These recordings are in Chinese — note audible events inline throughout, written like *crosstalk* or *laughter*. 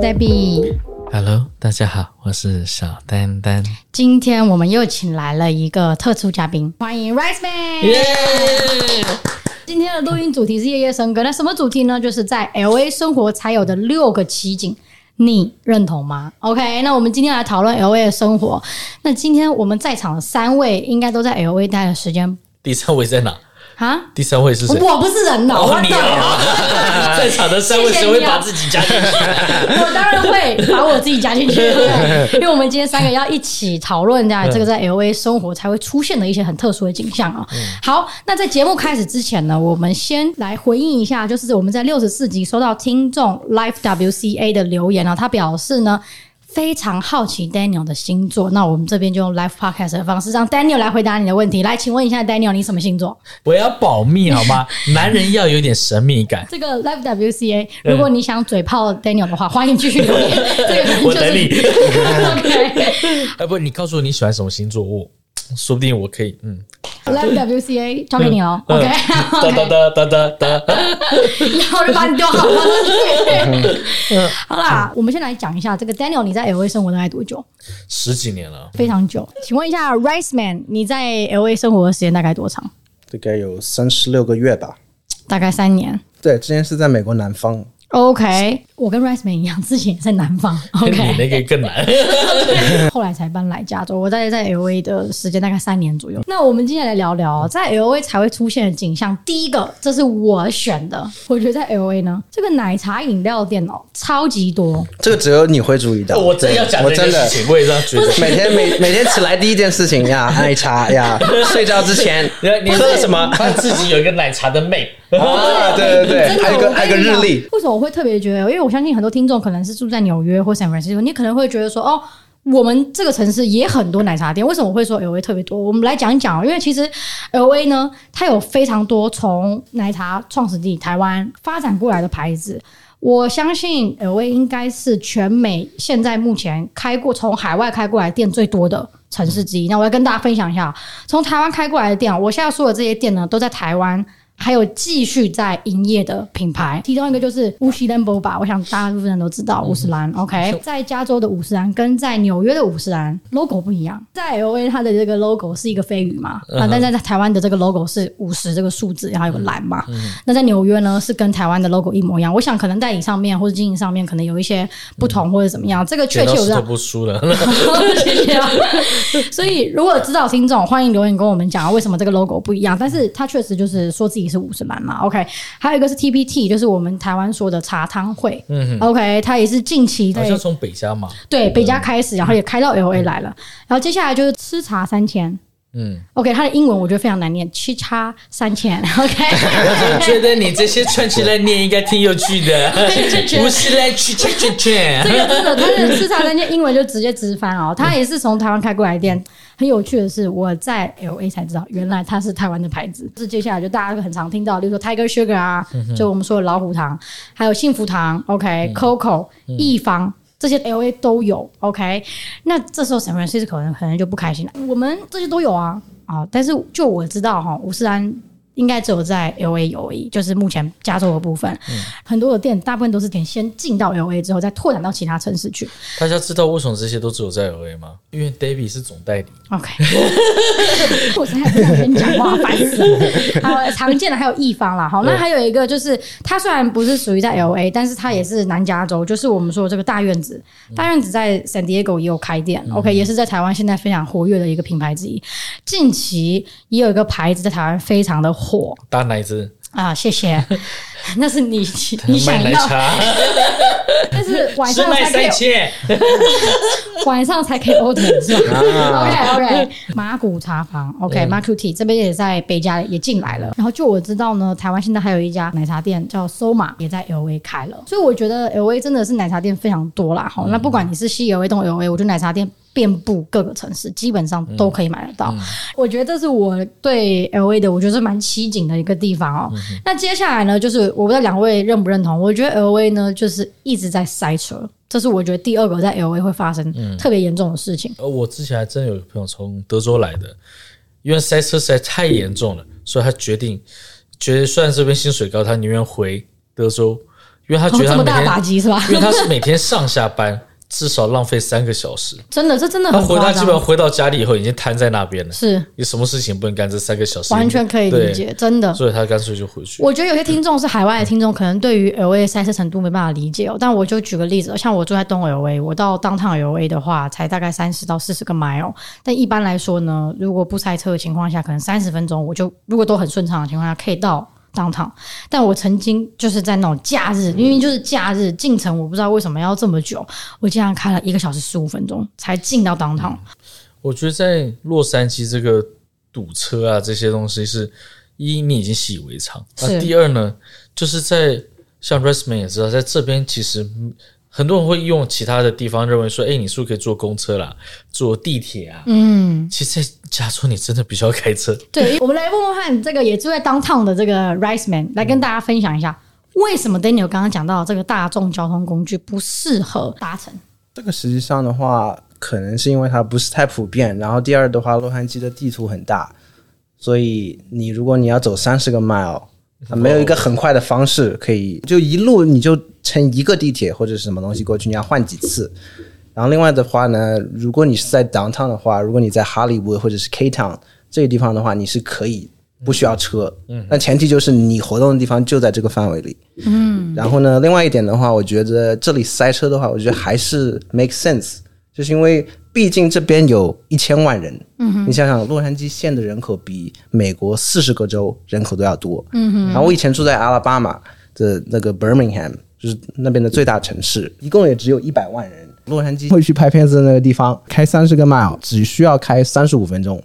Baby， Hello，大家好，我是小丹丹。今天我们又请来了一个特殊嘉宾，欢迎 Rice Man。今天的录音主题是夜夜笙歌，那什么主题呢？就是在 L A 生活才有的六个奇景，你认同吗？OK，那我们今天来讨论 L A 的生活。那今天我们在场的三位应该都在 L A 待的时间第三位在哪？啊，第三位是谁？哦我不是人脑，我你懂啊！ *laughs* 在场的三位谢谢谁会你啊把自己加进 *laughs* 去？我当然会把我自己加进去，对不对因为我们今天三个要一起讨论一下这个在 L A 生活才会出现的一些很特殊的景象啊、好，那在节目开始之前呢，我们先来回应一下，就是我们在六十四集收到听众 Life W C A 的留言啊，他表示呢。非常好奇 Daniel 的星座，那我们这边就用 live podcast 的方式让 Daniel 来回答你的问题。来，请问一下 Daniel，你什么星座？我要保密好吗？男人要有点神秘感。这个 live WCA，如果你想嘴炮 Daniel 的话，欢迎继续留 *laughs* 言。这个可能我等你就是 *laughs* OK。哎，不，你告诉我你喜欢什么星座，我说不定我可以，嗯， Love WCA 交给你喽、嗯 o k 哒哒哒哒哒哒。然后就把你丢好了。嗯好啦，我们先来讲一下这个 Daniel，你在 L A 生活大概多久？十几年了，非常久。请问一下 Rice Man，你在 L A 生活的时间大概多长？大概有三十六个月吧。大概三年。对，之前是在美国南方， OK，我跟 Rice Man 一样，之前也在南方。跟 *laughs* 你 OK，那个更难。后来才搬来加州。我大概在 L A 的时间大概三年左右。那我们今天来聊聊在 L A 才会出现的景象。第一个，这是我选的，我觉得在 L A 呢，这个奶茶饮料店哦，超级多。这个只有你会注意到。哦我真要讲对我这真件的事情，我也这样觉得。每天每每天起来第一件事情呀，奶 *laughs* 茶呀，睡觉之前你喝了什么？他自己有一个奶茶的妹，啊，对对对，真的还有一我个跟还有一个你日讲历。为什么我会特别觉得？因为我相信很多听众可能是住在纽约或 San Francisco，你可能会觉得说，哦，我们这个城市也很多奶茶店。为什么我会说 L A 特别多？我们来讲一讲哦，因为其实 L A 呢，它有非常多从奶茶创始地台湾发展过来的牌子。我相信 L A 应该是全美现在目前开过从海外开过来店最多的城市之一。那我要跟大家分享一下，从台湾开过来的店，我现在说的这些店呢，都在台湾。还有继续在营业的品牌，其中一个就是乌西兰波吧，我想大部分人都知道五十兰。OK，在加州的五十兰跟在纽约的五十兰 logo 不一样，在 L A 它的这个 logo 是一个飞鱼嘛，啊，但在台湾的这个 logo 是五十这个数字，然后有个蓝嘛。那在纽约呢，是跟台湾的 logo 一模一样。我想可能代理上面或者经营上面可能有一些不同或者怎么样，这个 *laughs* 确切剪我刀石知道头。不输了。嗯谢谢啊。所以如果知道听众，欢迎留言跟我们讲啊为什么这个 logo 不一样。但是它确实就是说自己是五十岚嘛。OK，还有一个是 TPT，就是我们台湾说的茶汤会。嗯，OK，它也是近期好在像从北加嘛，对北加开始，然后也开到 LA 来了。然后接下来就是吃茶三千。嗯，OK，它的英文我觉得非常难念，七叉三千，OK， *laughs* 我觉得你这些串起来念应该挺有趣 *laughs* 的，不是来去去去去。这啊个真的，它的吃茶三千英文就直接直翻哦。它也是从台湾开过来的店。很有趣的是，我在 L A 才知道，原来它是台湾的牌子。是接下来就大家很常听到，例如说 Tiger Sugar 啊，就我们说的老虎糖，还有幸福堂，OK，Coco、益芳。这些 L A 都有，OK，那这时候 San Francisco 可能可能就不开心了。我们这些都有啊，啊，但是就我知道哈，五十安应该只有在 L A 有而已，就是目前加州的部分，很多的店大部分都是点先进嗯到 L A 之后，再拓展到其他城市去。大家知道为什么这些都只有在 LA 吗？因为 David 是总代理。 OK，我实在不想跟你讲话，烦死 *laughs* 了。还有常见的还有一方啦，好，那对还有一个就是，它虽然不是属于在 L A，但是它也是南加州，就是我们说的这个大院子。嗯大院子在 San Diego 也有开店、o k 也是在台湾现在非常活跃的一个品牌之一。近期也有一个牌子在台湾非常的火大奶子，啊，谢谢。 *laughs* 那是你你想卖奶要，茶，但是 *laughs* 晚是上卖才可以三千，晚上才可以 order 是吧？啊， OK OK，马古茶坊 OK 马古 T 这边也在北加也进来了。然后就我知道呢，台湾现在还有一家奶茶店叫 Soma，也在 LA 开了。所以我觉得 LA 真的是奶茶店非常多啦。好，那不管你是西 LA 东 LA，我觉得奶茶店遍布各个城市，基本上都可以买得到。我觉得这是我对 LA 的，我觉得是蛮奇景的一个地方哦。那接下来呢，就是我不知道两位认不认同，我觉得 LA 呢就是一直在塞车。这是我觉得第二个在 L A 会发生特别严重的事情。呃，我之前还真有个朋友从德州来的，因为塞车实在太严重了，所以他决定，觉得虽然这边薪水高，他宁愿回德州，因为他哦觉得这他么每大打天，击是吧？ *laughs* 因为他是每天上下班至少浪费三个 *laughs* 小时，真的，这真的他很回夸他基本上张，回到家里以后已经瘫在那边了，是你什么事情不能干？这三个小时完全可以理，解，真的对。所以他干脆就回去。我觉得有些听众是海外的听众，可能对于 L A 赛事程度没办法理解哦。但我就举个例子，像我住在东 L A，我到 downtown L A 的话，才大概三十到四十个 mile。但一哦般来说呢，如果不塞车的情况下，可能三十分钟我就如果都很顺畅的情况下，可以到 downtown。但我曾经就是在那种假日，明明就是假日进城，我不知道为什么要这么久，我竟然开了一个小时十五分钟才进到 downtown。我觉得在洛杉矶这个堵车啊这些东西是，一你已经习以为常，那是第二呢，就是在像 Resman 也知道，在这边其实嗯很多人会用其他的地方认为说，哎、你是不是可以坐公车啦，坐地铁啊？嗯，其实，在加州你真的必须要开车，对，我们来问问看这个也住在 downtown 的这个 Rice 嗯 Man 来跟大家分享一下，为什么 Daniel 刚刚讲到这个大众交通工具不适合搭乘？这个实际上的话，可能是因为它不是太普遍。然后第二的话，洛杉矶的地图很大，所以你如果你要走三十个 mile，啊没有一个很快的方式可以，就一路你就乘一个地铁或者是什么东西过去，你要换几次。然后另外的话呢，如果你是在 downtown 的话，如果你在哈利坞或者是 K town 这个地方的话，你是可以不需要车，嗯，但前提就是你活动的地方就在这个范围里，嗯。然后呢，另外一点的话，我觉得这里塞车的话，我觉得还是 make sense，就是因为毕竟这边有一千万人，嗯，你想想洛杉矶县的人口比美国四十个州人口都要多，嗯然后我以前住在阿拉巴马的那个 Birmingham，就是那边的最大城市，一共也只有一百万人。洛杉矶会去拍片子的那个地方，开三十个 mile 只需要开三十五分钟，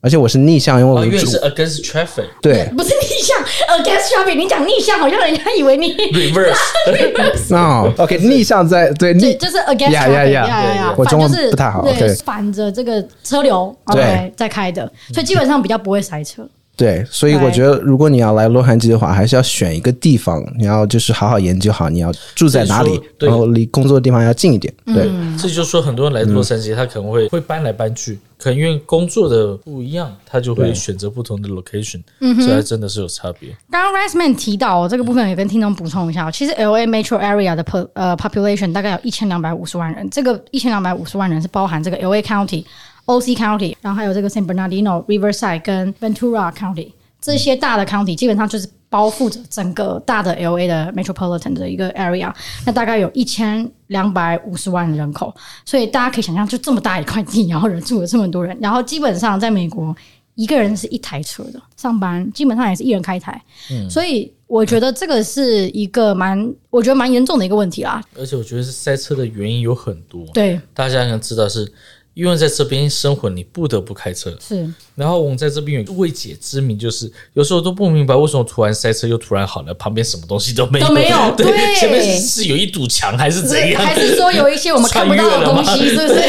而且我是逆向，因为啊，我因为住、是 *laughs* against traffic 对，不是逆向，against shopping，你讲逆向，好像人家以为 *laughs* 你 reverse，那 OK 逆向在对对，逆就是 against Yeah, shopping， yeah, yeah. 呀我中文就是不太好对 OK，反着这个车流对，OK，在开的，所以基本上比较不会塞车。对，所以我觉得如果你要来洛杉矶的话，还是要选一个地方，你要就是好好研究好你要住在哪所以里说，对然后离工作的地方要近一点，对。嗯这就是说很多人来洛杉矶，他可能会会搬来搬去，可能因为工作的不一样，他就会选择不同的 location，所以嗯它真的是有差别。刚刚 Riceman 提到、这个部分，也跟听众补充一下哦，其实 L A Metro Area 的 po, 呃 population 大概有一千两百五十万人，这个一千两百五十万人是包含这个 L A County、O C County，然后还有这个 San Bernardino、Riverside 跟 Ventura County 这些大的 county，基本上就是包覆着整个大的 L A 的 metropolitan 的一个 area，那大概有一千两百五十万人口，所以大家可以想象，就这么大一块地，然后人住了这么多人，然后基本上在美国。一个人是一台车的，上班基本上也是一人开一台，嗯所以我觉得这个是一个蛮，我觉得蛮严重的一个问题啦。而且我觉得是塞车的原因有很多，对，大家能知道是因为在这边生活，你不得不开车。是然后我们在这边有一个未解之谜，就是有时候都不明白为什么突然塞车又突然好了，旁边什么东西都没有，都没有对，对前面是有一堵墙还是怎样？还是说有一些我们看不到的东西，是不是？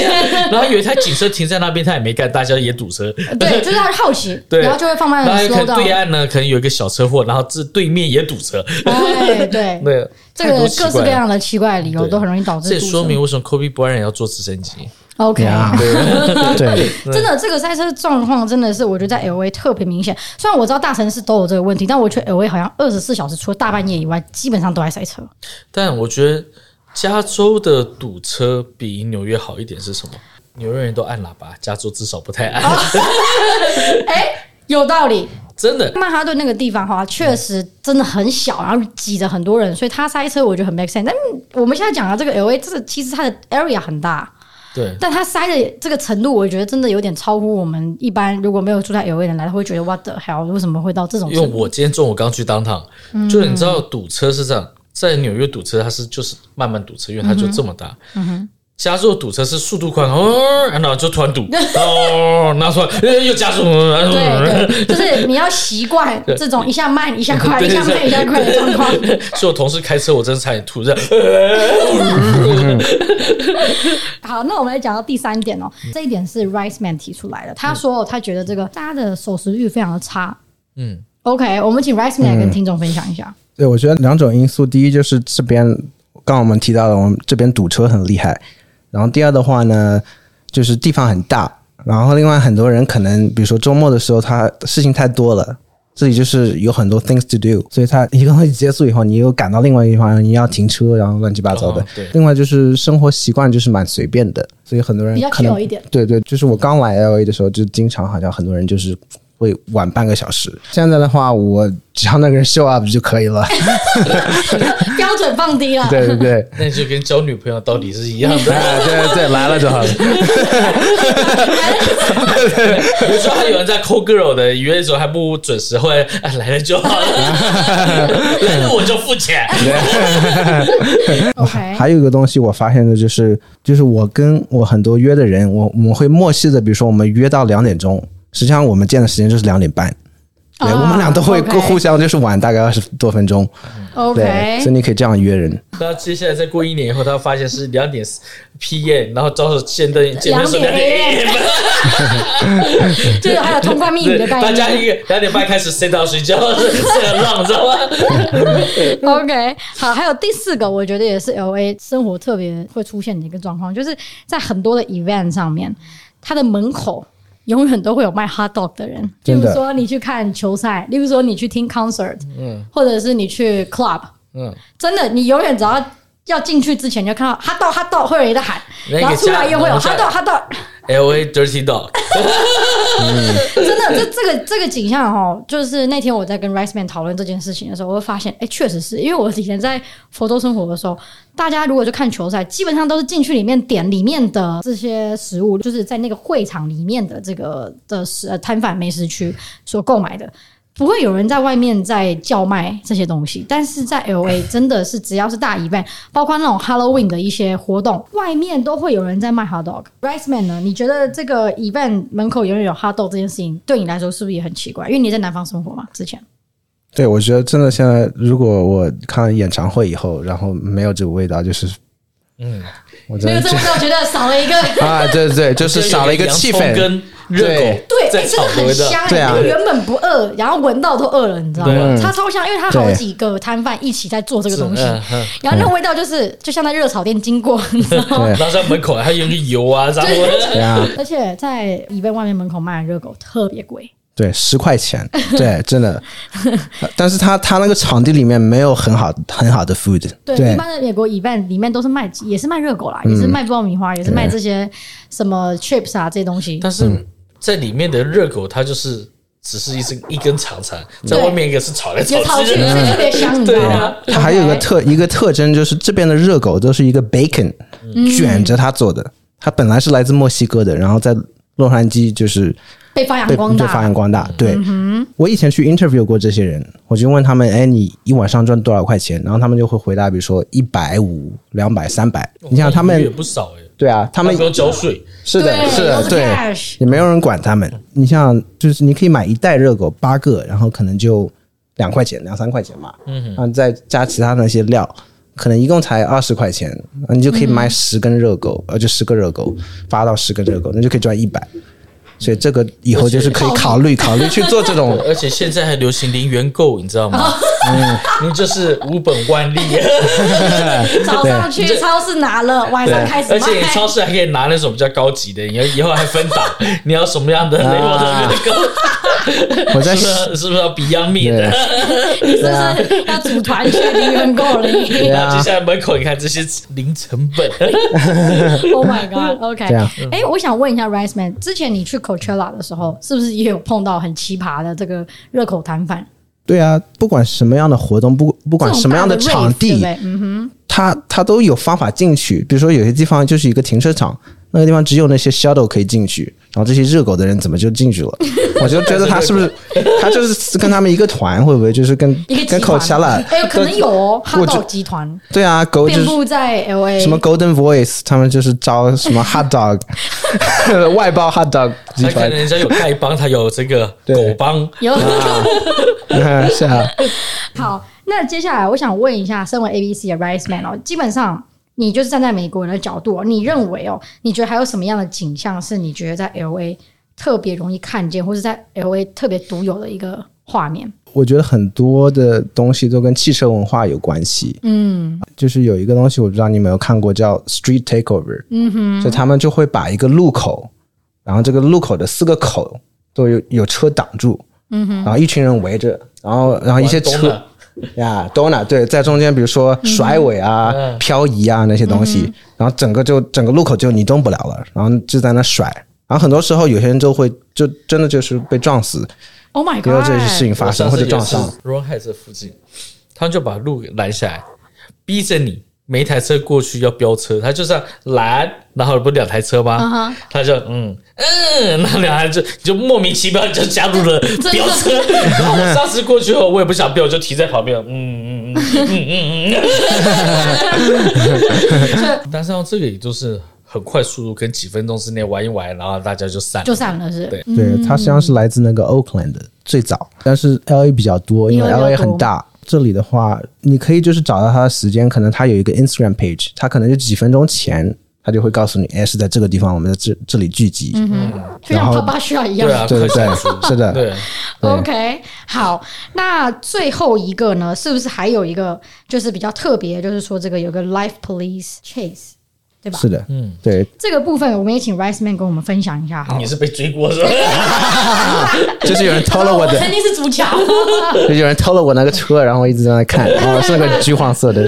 然后有一台警车停在那边，他也没干，大家也堵车。对，就是他好奇， *laughs* 对，然后就会放慢然的后可 slow 能对 down。岸呢，可能有一个小车祸，然后这对面也堵车。哎， *laughs* 对，对，这太个多奇各式怪各了。样的奇怪的理由对都很容易导这致也堵说啊车。明为什么 Kobe Bryant 要坐直升机。 OK，呀，对， *laughs* 真的，这个赛车状况真的是，我觉得在 L A 特别明显。虽然我知道大城市都有这个问题，但我觉得 L A 好像二十四小时除了大半夜以外，基本上都在赛车。但我觉得加州的堵车比纽约好一点是什么？纽约人都按喇叭，加州至少不太按，啊哎，有道理。 *laughs* 真的。曼哈顿那个地方哈，确实真的很小，然后挤着很多人，所以它塞车我觉得很 make sense。但我们现在讲的这个 L A，这个其实它的 area 很大，对，但它塞的这个程度，我觉得真的有点超乎我们一般如果没有住在 L A 的人来，会觉得 what the hell，为什么会到这种因为程度？我今天中午刚去当趟，就是你知道堵车是这样，在纽约堵车它是就是慢慢堵车，因为它就这么大。加州堵车是速度快，哦，然后就突然堵，哦，然后突然呃又加速，然后对对，就是你要习惯这种一下慢一下快，一下慢一下 *laughs* 快的状况。所以我同事开车，我真的差点吐，这样好，那我们来讲到第三点哦，这一点是 Rice Man 提出来的，他说他觉得这个大家的守时率非常的差。嗯嗯，OK，我们请 Rice Man 来跟听众分享一下。对，我觉得两种因素，第一就是这边刚刚我们提到的，我们这边堵车很厉害，然后第二的话呢，就是地方很大，然后另外很多人可能比如说周末的时候他事情太多了，这里就是有很多 things to do，所以它一个东西结束以后，你又赶到另外一个地方，你要停车，然后乱七八糟的。哦对另外就是生活习惯就是蛮随便的，所以很多人比较呃可能 chill 一点。对对，就是我刚来 L A 的时候，就经常好像很多人就是会晚半个小时。现在的话，我只要那个人 show up 就可 *laughs* 以了。标准放低了。对对对。那就跟交女朋友道理是一样的。哎，对对对，来了就好 *laughs* 了。比如说，还有人在 call girl 的约的时候还不准时，后来啊来了就好了，来了我就付钱。 OK，啊还有一个东西我发现的就是，就是我跟我很多约的人，我我们会默契的，比如说我们约到两点钟，实际上我们见的时间就是两点半。对，啊我们俩都会 OK 互相就是晚大概二十多分钟。对，OK，所以你可以这样约人。那接下来再过一年以后，他发现是两点 PM，然后招手见灯见面两说点两点哎 AM，这 *laughs* 个还有通关密语的对，概大家念。一个两点半开始 set 到睡觉， *laughs* 是很浪，你知道吗？ *laughs* OK，好，还有第四个，我觉得也是 LA 生活特别会出现的一个状况，就是在很多的 event 上面，它的门口。永远都会有卖 hot dog 的人，例真如的说你去看球赛，例如说你去听 concert，嗯，或者是你去 club，嗯，真的，你永远只要要进去之前，你就看到 hot dog hot dog 会有人在喊，那个然后出来家又会有楼下 hot dog hot dog， L A Dirty Dog，真的，这这个这个景象哦，就是那天我在跟 Rice Man 讨论这件事情的时候，我会发现，哎、确实是因为我以前在佛州生活的时候，大家如果去看球赛，基本上都是进去里面点里面的这些食物，就是在那个会场里面的这个的食呃摊贩美食区所购买的。不会有人在外面在叫卖这些东西，但是在 L A 真的是只要是大 event，包括那种 Halloween 的一些活动，外面都会有人在卖 hot dog。Rice Man 呢？你觉得这个 event 门口永远有 hot dog 这件事情，对你来说是不是也很奇怪？因为你在南方生活嘛，之前对，我觉得真的现在，如果我看演唱会以后，然后没有这个味道，就是，嗯，我没真有的这么让我觉得少了一个。啊，对对对，就是少了一个气氛。跟热狗对 *laughs* 对，哎、在真炒的的味很道。香、对欸，啊那个原本不饿，然后闻到都饿了，你知道对吗啊？它超香，因为它好对几个摊贩一起在做这个东西，嗯嗯然后那味道就是就像在热炒店经过，你知道吗？ *laughs* 然后在嗯门口还用个油啊，然后对啊，而且在 event 外面门口卖的热狗特别贵，对，十块钱，对，真的。但是他他那个场地里面没有很好很好的 food，对，一般的美国 event 里面都是卖，也是卖热狗啦，也嗯是卖爆米花，也是卖这些什么 chips 啊这些东西。但嗯是在里面的热狗，它就是只是一根一根长长，在外面一个是炒来也炒炒去去嗯的，特别香，你知对道吗啊？它还有一个特一个特征就是这边的热狗都是一个 bacon 嗯卷着它做的，它本来是来自墨西哥的，然后在洛杉矶就是被发扬被光就发大嗯扬。光大。对，我以前去 interview 过这些人，我就问他们，哎，你一晚上赚多少块钱？然后他们就会回答，比如说一百五、两百、三百。你想他一个月们，不少哎，对啊，他他们不用交税，是的，对是都的，是对 cash，也没有人管他们。你像，就是你可以买一袋热狗八个，然后可能就两块钱、两三块钱嘛，嗯，然后再加其他那些料，可能一共才二十块钱，你就可以买十根热狗，嗯呃，就十个热狗发到十根热狗，那就可以赚一百。所以这个以后就是可以考虑考虑去做 *laughs* 这种而且现在还流行零元购，你知道哦吗？嗯，你就是无本万 *laughs* 利，早上去超市拿了，晚上开始而卖。且你超市还可以拿那种比较高级的，你要以后还分 *laughs* 档，你要什么样的 level 的那个，啊我在是不是是不是要 Beyond Meat 的？你是不是啊要组团去零元购了你 *laughs* 对然后啊接，下来门口你看这些零成本， ？Oh my *laughs* god！OK，、对啊哎、我想问一下 Rice Man，之前你去 Coachella 的时候，是不是也有碰到很奇葩的这个热狗摊贩？对啊，不管什么样的活动，不不管这种什么样大的的场 rave，对不地，对？嗯哼，它它都有方法进去。比如说有些地方就是一个停车场，那个地方只有那些 shuttle 可以进去，然后这些热狗的人怎么就进去了？我就觉得他 *laughs* 是不是他就是跟他们一个团，会不会就是跟一个集跟口团掐了？哎、可能有哦，哈我觉道集团对啊，狗就遍是布在 L A，什么 Golden Voice，他们就是招什么 hot dog *laughs* 外包 hot dog 集他可能团，人家有丐帮，他有这个对狗帮，有。啊嗯 *laughs* 是啊， *laughs* 好，那接下来我想问一下，身为 ABC 的 Rice Man 哦，基本上你就是站在美国人的角度、哦，你认为哦，你觉得还有什么样的景象是你觉得在 LA 特别容易看见，或是在 LA 特别独有的一个画面？我觉得很多的东西都跟汽车文化有关系。嗯，就是有一个东西，我不知道你有没有看过，叫 Street Takeover。嗯哼，就他们就会把一个路口，然后这个路口的四个口都有有车挡住，嗯哼，然后一群人围着，然后然后一些东车南呀 d o n a 对，在中间比如说甩尾啊、嗯漂移啊那些东西，然后整个就整个路口就你动不了了，然后就在那甩，然后很多时候有些人就会就真的就是被撞死， Oh my 因为 god！这些事情发生或者撞伤。。荣海这附近，他们就把路给拦下来，逼着你每一台车过去要飙车，他就这样拦，然后不是两台车嗯吗？哼，他就嗯嗯，那两台就你就莫名其妙就加 *laughs* 入了的飙 *laughs* 车。然后我上次过去后，我也不想飙，我就停在旁边，嗯嗯嗯嗯嗯嗯嗯。 *laughs* 但是到这个也就是很快速度，跟几分钟之内玩一玩，然后大家就散了就散了是嗯对对，它实际上是来自那个 Oakland 的最早，但是 LA 比较多，因为 LA 比 LA 较多很大。这里的话，你可以就是找到它的时间，可能它有一个 Instagram page，它可能就几分钟前，它就会告诉你，哎，是在这个地方，我们在这这里聚集。嗯就像然后爸爸需要一样对。啊，对对快闪出对，是的，对。 OK，好，那最后一个呢，是不是还有一个就是比较特别，就是说这个有个 Life Police Chase，对吧？是的，嗯，对，这个部分我们也请 Rice Man 跟我们分享一下好了你。是被追过是吧？就是有人偷了嗯我我 *laughs* 的，曾经是主角，就是有人偷了我那个车，然后我一直在那看，哦，是那个橘黄色的，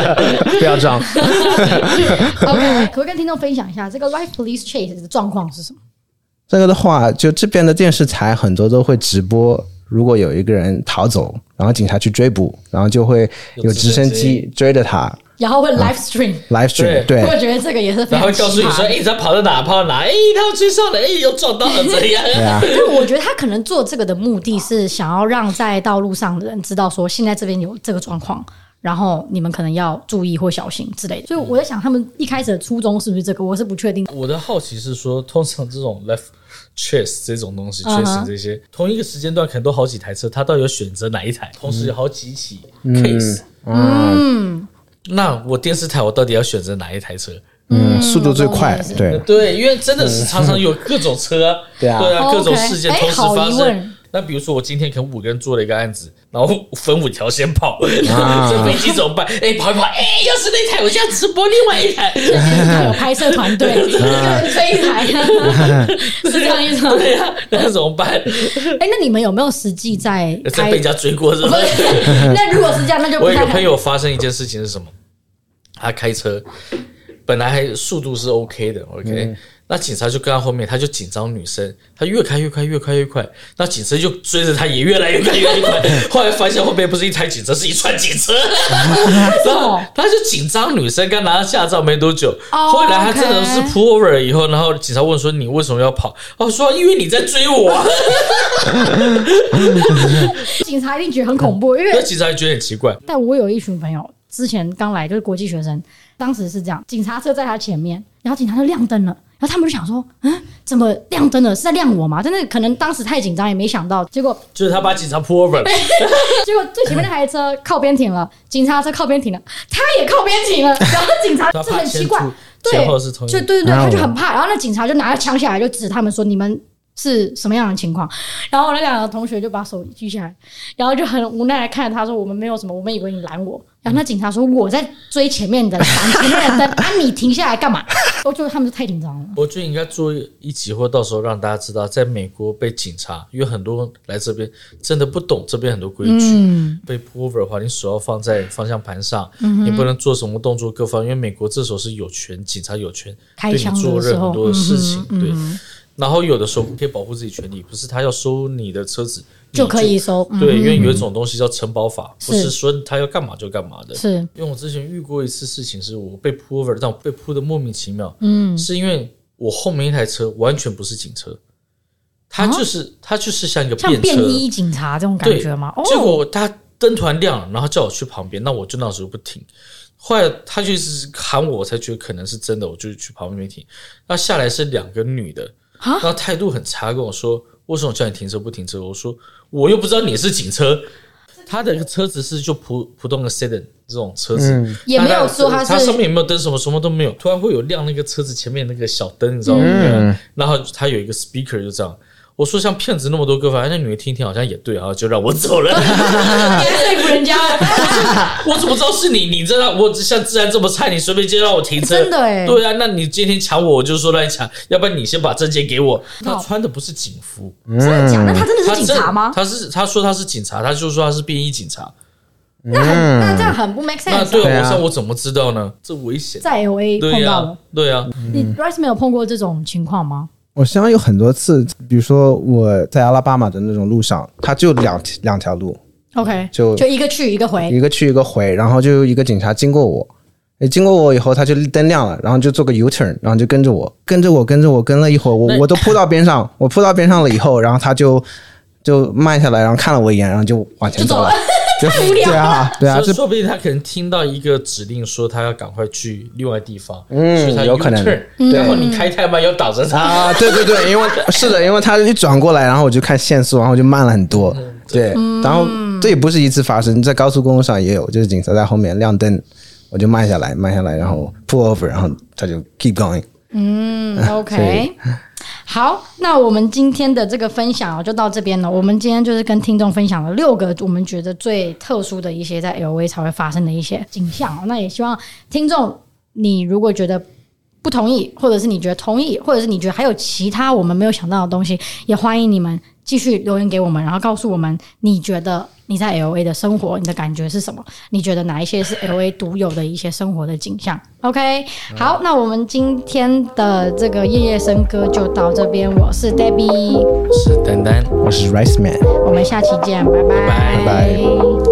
*laughs* 不要撞。 OK，可不可以跟听众分享一下这个 Life Police Chase 的状况是什么？这个的话，就这边的电视台很多都会直播，如果有一个人逃走，然后警察去追捕，然后就会有直升机追着他然后会 live stream， live stream，对我觉得这个也是非嗯然后常会奇告诉你说，葩。哎，他跑到哪？跑到哪？哎，他要追上了，哎，又撞到了，这样。 *laughs* 对啊，但我觉得他可能做这个的目的是想要让在道路上的人知道说现在这边有这个状况，然后你们可能要注意或小心之类的。所以我在想，他们一开始的初衷是不是这个？我是不确定。我的好奇是说，通常这种 left chase 这种东西，确嗯实哼这些同一个时间段可能都好几台车，他到底有选择哪一台？同时有好几起 case。嗯，那我电视台我到底要选择哪一台车？嗯，速度最快我懂，对，对，因为真的是常常有各种车， *laughs* 对啊对啊，哦各种 OK 事件哎同时好发疑生问。那比如说，我今天可能五个人做了一个案子，然后分五条先跑，*laughs* 啊这飞机怎么办？哎，跑一跑，哎，又是那台，我就要直播另外一台。 *laughs* 他有拍摄团队，一个啊人追一台， *laughs* 是这样意思吗？对呀、那怎么办？ *laughs* 哎，那你们有没有实际在再开被人？家追过是吧？ *laughs* 那如果是这样，那就不 *laughs* 我有一太个好朋友发生一件事情是什么？他开车本来还速度是 OK 的，OK，、那嗯警察就跟他后面，他就紧张女生，他越开越快，越开越快，那警车就追着他也越来越快，越来越快。 *laughs* 后来发现后面不是一台警车，是一串警车，然后他就紧张女生，刚拿到驾照没多久，哦后来他 OK 真的是 pull over 以后，然后警察问说你为什么要跑？哦，说因为你在 *laughs* 追我、啊。 *laughs* 警察一定觉得很恐怖，因为那警察还觉得很奇怪，但我有一群朋友，之前刚来就是国际学生，当时是这样，警察车在他前面，然后警察就亮灯了，然后他们就想说，嗯，怎么亮灯了？是在亮我吗？但是可能当时太紧张，也没想到，结果 *laughs* 就是他把警察 pull over 了。结果最前面那台车靠边停了，警察车靠边停了，他也靠边停了，然后警察他这怕很前奇怪途，对，前后是同一就对对对，然后他就很怕，然后那警察就拿着枪下来就指他们说你们。是什么样的情况？然后我那两个同学就把手举起来，然后就很无奈的看着他说：“我们没有什么，我们以为你拦我。”然后那警察说：“我在追前面的闪前面的灯，啊，你停下来干嘛？” *laughs* 我就他们就太紧张了。我觉得应该做一集，或到时候让大家知道，在美国被警察，因为很多人来这边真的不懂这边很多规矩。嗯被 pull over 的话，你手要放在方向盘上，你不能做什么动作，各方。因为美国这时候是有权，警察有权开对你枪的做时任何候嗯多的事情。对，然后有的时候可以保护自己权利，不是他要收你的车子你就可以收嗯对，因为有一种东西叫承保法，不是是说他要干嘛就干嘛的。是因为我之前遇过一次事情，是我被 pull over，但我被 pull 的莫名其妙。嗯，是因为我后面一台车完全不是警车，它就是、它就是像一个啊像便便车，衣警察这种感对觉吗？哦，结果他灯突然亮了，然后叫我去旁边，那我就那时候不停。后来他就是喊我，我才觉得可能是真的，我就去旁边停。那下来是两个女的，啊然后态度很差，跟我说：“为什么叫你停车不停车？”我说：“我又不知道你是警车。”他的车子是就普普通的 sedan 这种车子，也没有说它它是上 *laughs* 面也没有灯，什么什么都没有。突然会有亮那个车子前面那个小灯，你知道吗？然后它有一个 speaker 就这样。我说像骗子那么多歌法，哎那女的听一听好像也对，然啊后就让我走了。 *laughs* 你还说服人家，我怎么知道是你？你知道我像自然这么菜，你随便就让我停车，真的哎对啊，那你今天抢我，我就说让你抢，要不然你先把证件给我。好他穿的不是警服，真的假的？那他真的他是警察吗？他是他说他是警察，他就说他是便衣警察。那很那这样很不 make 那 sense 对啊。对啊，啊我想我怎么知道呢？这危险。在 L A 对啊碰呀、到了，对呀、你嗯 Rice 没有碰过这种情况吗？我身上有很多次，比如说我在阿拉巴马的那种路上，它就两两条路， OK，就就一个去一个回，一个去一个回，然后就有一个警察经过我，诶经过我以后他就灯亮了，然后就做个 U turn，然后就跟着我，跟着我，跟着我，跟了一会儿，我那我都扑到边上， *laughs* 我扑到边上了以后，然后他就就慢下来，然后看了我一眼，然后就往前就走走了了， *laughs* 就太无聊对啊，对啊，所这以说不定他可能听到一个指令，说他要赶快去另外地方，嗯所以他有可能 U-turn，然后你开太慢要挡着他。啊，对对对，因为是的，因为他一转过来，然后我就看限速，然后我就慢了很多。对，嗯然后这也不是一次发生，在高速公路上也有，就是警察在后面亮灯，我就慢下来，慢下来，然后 pull over，然后他就 keep going。嗯，OK。好，那我们今天的这个分享哦就到这边了。我们今天就是跟听众分享了六个我们觉得最特殊的一些在 LV 才会发生的一些景象哦。那也希望听众，你如果觉得不同意，或者是你觉得同意，或者是你觉得还有其他我们没有想到的东西，也欢迎你们继续留言给我们，然后告诉我们你觉得你在 L A 的生活，你的感觉是什么？你觉得哪一些是 L A 独有的一些生活的景象？OK，好，那我们今天的这个夜夜笙歌就到这边，我是 Debbie， *laughs* 是丹丹。我是 Rice Man。我们下期见，拜拜拜拜